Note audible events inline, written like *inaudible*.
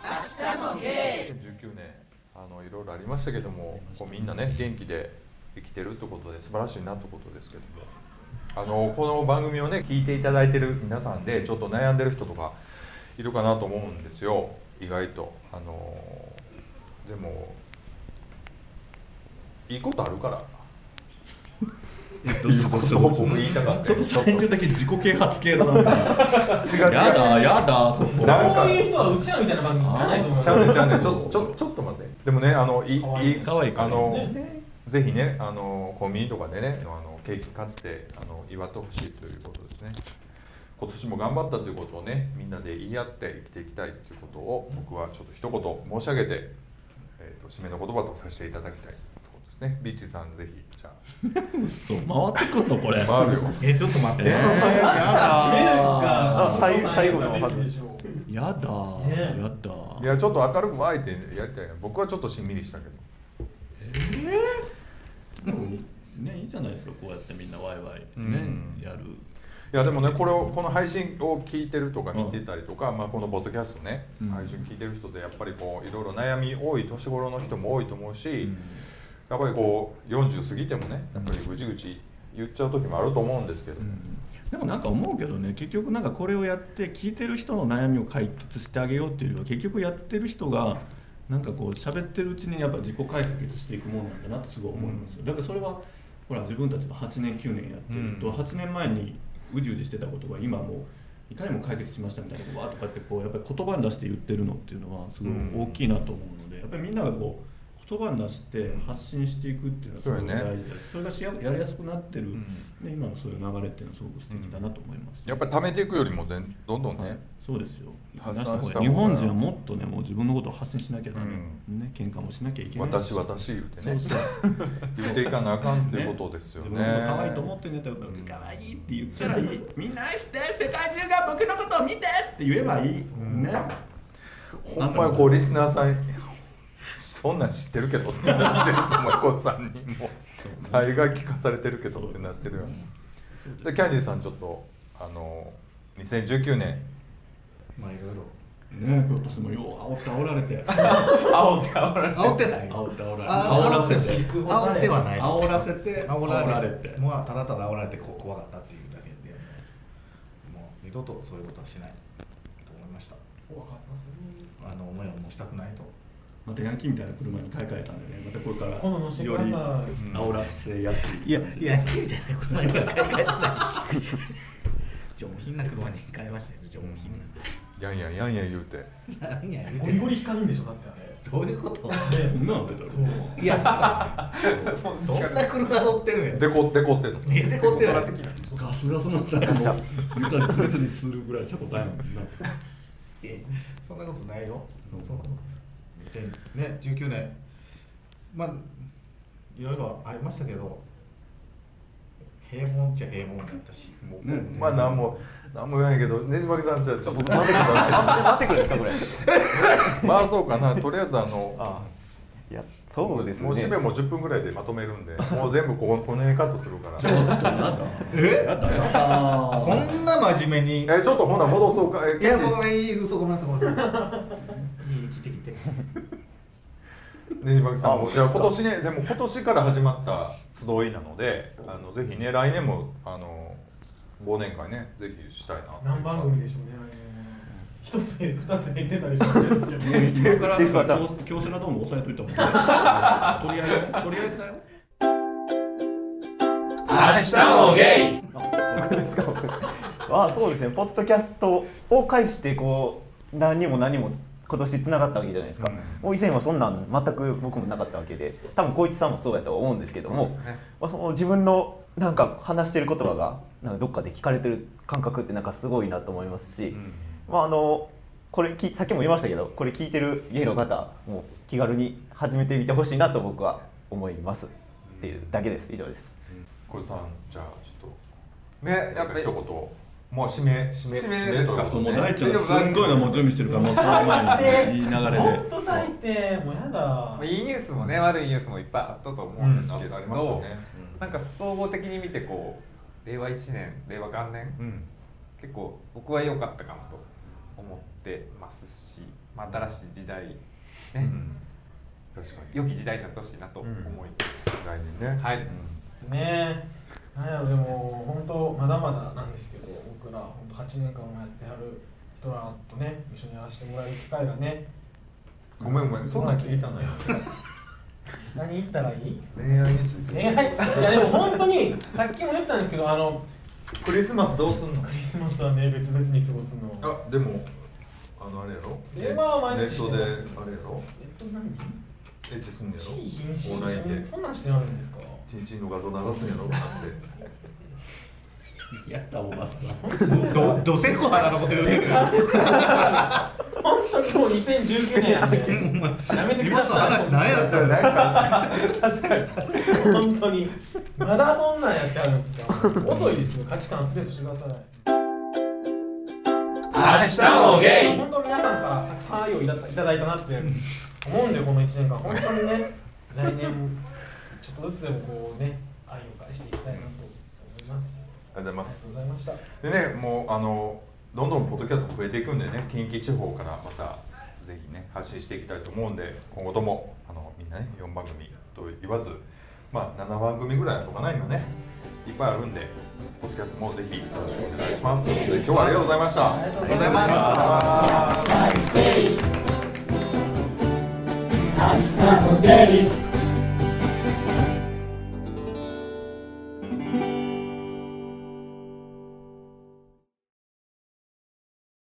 明日もゲイ2019年あのいろいろありましたけどもこうみんなね元気で生きてるってことで素晴らしいなってことですけどあのこの番組をね聞いていただいてる皆さんでちょっと悩んでる人とかいるかなと思うんですよ意外とあのでもいいことあるからどうぞどうぞどうぞ僕言いたかったちょっと最終的に自己啓発系だなって違う違やうだやだそこなんそかういう人はうちらみたいな番組聞かないと思いまちすゃうねちゃうねちょちょちょっと待ってでもねあのい可愛い可愛いからあねのぜひねあのコンビニとかでねあのケーキ買ってあの祝ってほしいということですね今年も頑張ったということをねみんなで言い合って生きていきたいということを僕はちょっと一言申し上げて、えー、と締めの言葉とさせていただきたいところですねビーチさんぜひじゃそう回ってくんのこれあ回るよえちょっと待って、ああんた最締めが最後のダメでしょやだねえいやだやちょっと明るくあえてやりたいな僕はちょっとしんみりしたけどねいいじゃないですかこうやってみんなワイワイね、うんやるいやでもねこれをこの配信を聞いてるとか見てたりとか、まあ、このポッドキャストね、うん配信聞いてる人でやっぱりこういろいろ悩み多い年頃の人も多いと思うし、やっぱりこう40過ぎてもねやっぱりぐちぐち言っちゃう時もあると思うんですけど、でもなんか思うけどね結局なんかこれをやって聞いてる人の悩みを解決してあげようっていうよりは結局やってる人がなんかこう喋ってるうちにやっぱ自己解決していくもんなんだなってすごい思いますよ、だからそれはほら自分たちも8年9年やってると、うん8年前にうじうじしてたことが今もういかにも解決しましたみたいなことがわーっとかってこうやっぱり言葉に出して言ってるのっていうのはすごい大きいなと思うので、やっぱりみんながこう言葉に出して発信していくっていうのはすごい大事だしそれがしややりやすくなってうる、んね、今のそういう流れっていうのはすごく素敵だなと思います、やっぱり貯めていくよりもぜんどんどんね、はいそうですよ発散した方が日本人はもっとねもう自分のことを発信しなきゃダメ、うね喧嘩もしなきゃいけない私私言うてそねうそう言っていかなあかんっていうことですよね自分が可愛いと思ってんだったら僕可愛いって言ったらいいみんな愛して世界中が僕のことを見てって言えばいい、ねほんまにこうリスナーさんそんなん知ってるけどってなってると思うこうさんにも大概聞かされてるけどってなってるよねそうですでキャンディーさんちょっとあの2019年まあいろいろね今年もよう煽って煽られて煽って煽られて煽ってない煽って煽られてあ煽らせて煽って煽ってはない煽らせて煽られ煽られてまあただただ煽られてこう怖かったっていうだけでもう二度とそういうことはしないと思いました怖かったですねあの思いをもうしたくないとまたヤンキーみたいな車に買い替えたんでねまたこれから今度乗せてくださいより煽らせやすいいや感じいやみたいなことは今考えてないし上品な車に変えましたよ上品やんやんやんやん言うてな何や言うゴてリんゴのリ光るんでしょだってあれどういうことそんなの出たらいやどんな車乗ってるんやでこでこってんのえでこってないガスガスのなんかもう床につるつるするぐらい車庫大変なんかえそんなことないよ。そんなこと。2000ね19年まあいろいろありましたけど平凡っちゃ平凡だったし。もうねまあ何も何も言わへんけどねじまきさんじゃあちょっと待ってくださ待ってくれですかこれい回そうかなとりあえずあのあいやそうですねもう締めも10分ぐらいでまとめるんでもう全部こここの辺カットするからちょっとやだえやだやだこんな真面目に。えちょっとほな戻そうかえいやごめんいい嘘ごめんなさいごめんなさ *laughs* い。いい生きてきて。ねじまきさんもあじゃあ今年ねでも今年から始まった集いなのであのぜひね来年もあの忘年会ねぜひしたいな何番組でしょうねあれ一つ二つ減ってたりしてるんですけど今 *laughs* から強強制なども抑えといたもんねとりあえずとりあえずだよ明日もゲイ。僕ですか僕あそうですねポッドキャストを介してこう何にも何も今年つながったわけじゃないですか、もう以前はそんなん全く僕もなかったわけで多分光一さんもそうやと思うんですけどもそうですねまあその自分のなんか話してる言葉がなんかどっかで聞かれてる感覚ってなんかすごいなと思いますし、うんまああのこれきさっきも言いましたけどこれ聞いてる芸の方も気軽に始めてみてほしいなと僕は思いますっていうだけです以上です小津さんじゃあちょっねとややっっぱぱり一言もう締め締め締めですかそうもう大ちゃんがすんごいなもう準備してるからもうその前にいい流れで本当最低もうやだまあいいニュースもね悪いニュースもいっぱいあったと思ううんんですあけど、ありましたねなんか総合的に見てこう令和1年令和元年うん結構僕は良かったかなと思ってますしまあ、新しい時代、ねうん確かに良き時代になってほしいなと思います、来年ねはい、ねえなんやろでも本当まだまだなんですけど僕ら本当8年間もやってはる人らとね一緒にやらせてもらえる機会がねうんごめんごめんそんなん聞いたのよ *laughs* 何言ったらいい恋愛について恋愛いやでも本当にさっきも言ったんですけどあのクリスマスどうすんのクリスマスはね別々に過ごすのあでもあのあれやろ電話は毎日ネッしてトまですあれやろえっと何エッチすんのやろ地位品オンライン種で品そんなんしてあるんですかチンチンの画像流すんやろうなってやったおばさんどどセコハラのこと言うてる本当にもう2019年な *laughs* んで *laughs* やめてく今だのさい話何やっちゃうなんか確かに本当にまだそんなんやってあるんですか遅いですよ価値観アップデートしてください明日もゲ本当皆さんからたくさん愛をいたいただいたなって思うんでこの1年間本当にね来年もちょっとずつでもこうね愛を返していきたいなと思いますありがとうございまありがとすうございましたでねもうあのどんどんポッドキャスト増えていくんでね近畿地方からまたぜひね発信していきたいと思うんで今後ともあのみんなね4番組と言わずまあ7番組ぐらいはとかないのねいっぱいあるんでポッドキャストもぜひよろしくお願いしますということで今日はありがとうございましたありがとうございます明日もゲイ